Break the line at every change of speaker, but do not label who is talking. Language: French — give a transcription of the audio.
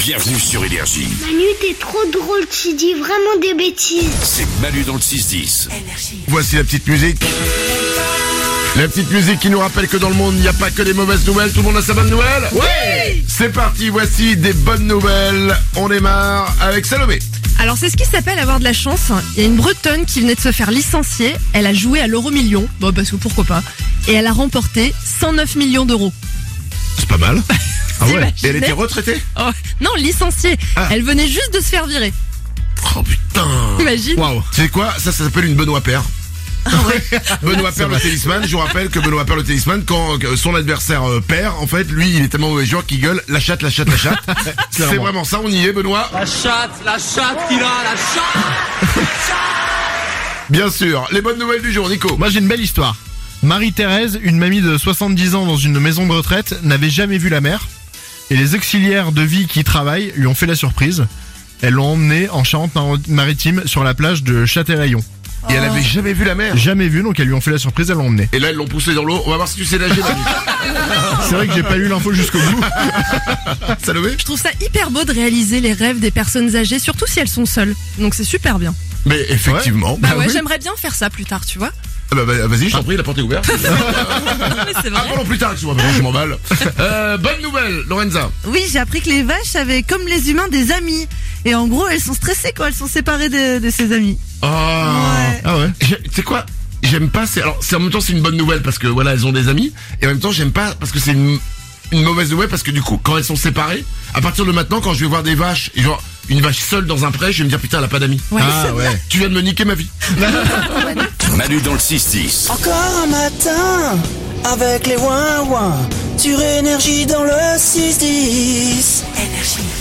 Bienvenue sur Énergie.
Manu, t'es trop drôle, tu dis vraiment des bêtises.
C'est Manu dans le 6-10.
Voici la petite musique. La petite musique qui nous rappelle que dans le monde, il n'y a pas que des mauvaises nouvelles. Tout le monde a sa bonne nouvelle Oui C'est parti, voici des bonnes nouvelles. On démarre avec Salomé.
Alors c'est ce qui s'appelle avoir de la chance. Il y a une Bretonne qui venait de se faire licencier. Elle a joué à l'euro million, bon parce que pourquoi pas, et elle a remporté 109 millions d'euros.
C'est pas mal. Ah ouais
T'imagines
Et elle était retraitée
Oh, non, licenciée.
Ah.
Elle venait juste de se faire virer.
Oh putain
T'imagines
Waouh Tu sais quoi Ça, ça s'appelle une Benoît Paire. Ah Benoît Paire le tennisman, je vous rappelle que Benoît Paire le tennisman, quand euh, son adversaire euh, perd, en fait, lui, il est tellement mauvais joueur qu'il gueule la chatte, la chatte, la chatte. C'est vraiment ça, on y est, Benoît.
La chatte, la chatte qu'il a, la chatte
Bien sûr. Les bonnes nouvelles du jour, Nico.
Moi j'ai une belle histoire. Marie-Thérèse, une mamie de 70 ans dans une maison de retraite, n'avait jamais vu la mer. Et les auxiliaires de vie qui y travaillent lui ont fait la surprise. Elles l'ont emmenée en Charente-Maritime sur la plage de Châtelaillon.
Et elle avait jamais vu la mer.
Jamais vue, donc elles lui ont fait la surprise, elles l'ont emmenée.
Et là, ils l'ont poussé dans l'eau. On va voir si tu sais nager, Manu.
C'est vrai que j'ai pas lu l'info jusqu'au bout.
Salomé
Je trouve ça hyper beau de réaliser les rêves des personnes âgées, surtout si elles sont seules. Donc c'est super bien.
Mais effectivement.
Bah, ouais,
oui.
j'aimerais bien faire ça plus tard, tu vois.
Ah bah, bah, Vas-y, je t'en prie, la porte est ouverte.
Non, mais
Ah,
c'est vrai.
parlons plus tard, excuse-moi, pardon, je m'emballe. Euh, bonne nouvelle, Lorenza.
Oui, j'ai appris que les vaches avaient, comme les humains, des amis. Et en gros, elles sont stressées, quoi. Elles sont séparées de, de ses amis.
Oh.
Ouais.
Ah ouais
Je- Tu sais quoi J'aime pas. c'est- Alors, c'est en même temps, c'est une bonne nouvelle parce que voilà, elles ont des amis. Et en même temps, j'aime pas parce que c'est une, une mauvaise nouvelle parce que du coup, quand elles sont séparées, à partir de maintenant, quand je vais voir des vaches, et genre une vache seule dans un pré, je vais me dire putain, elle a pas d'amis.
Ouais.
Ah ouais.
Tu viens de me niquer ma vie.
Manu dans le 6-10.
Encore un matin avec les ouin-ouin sur énergie dans le 6-10. Énergie.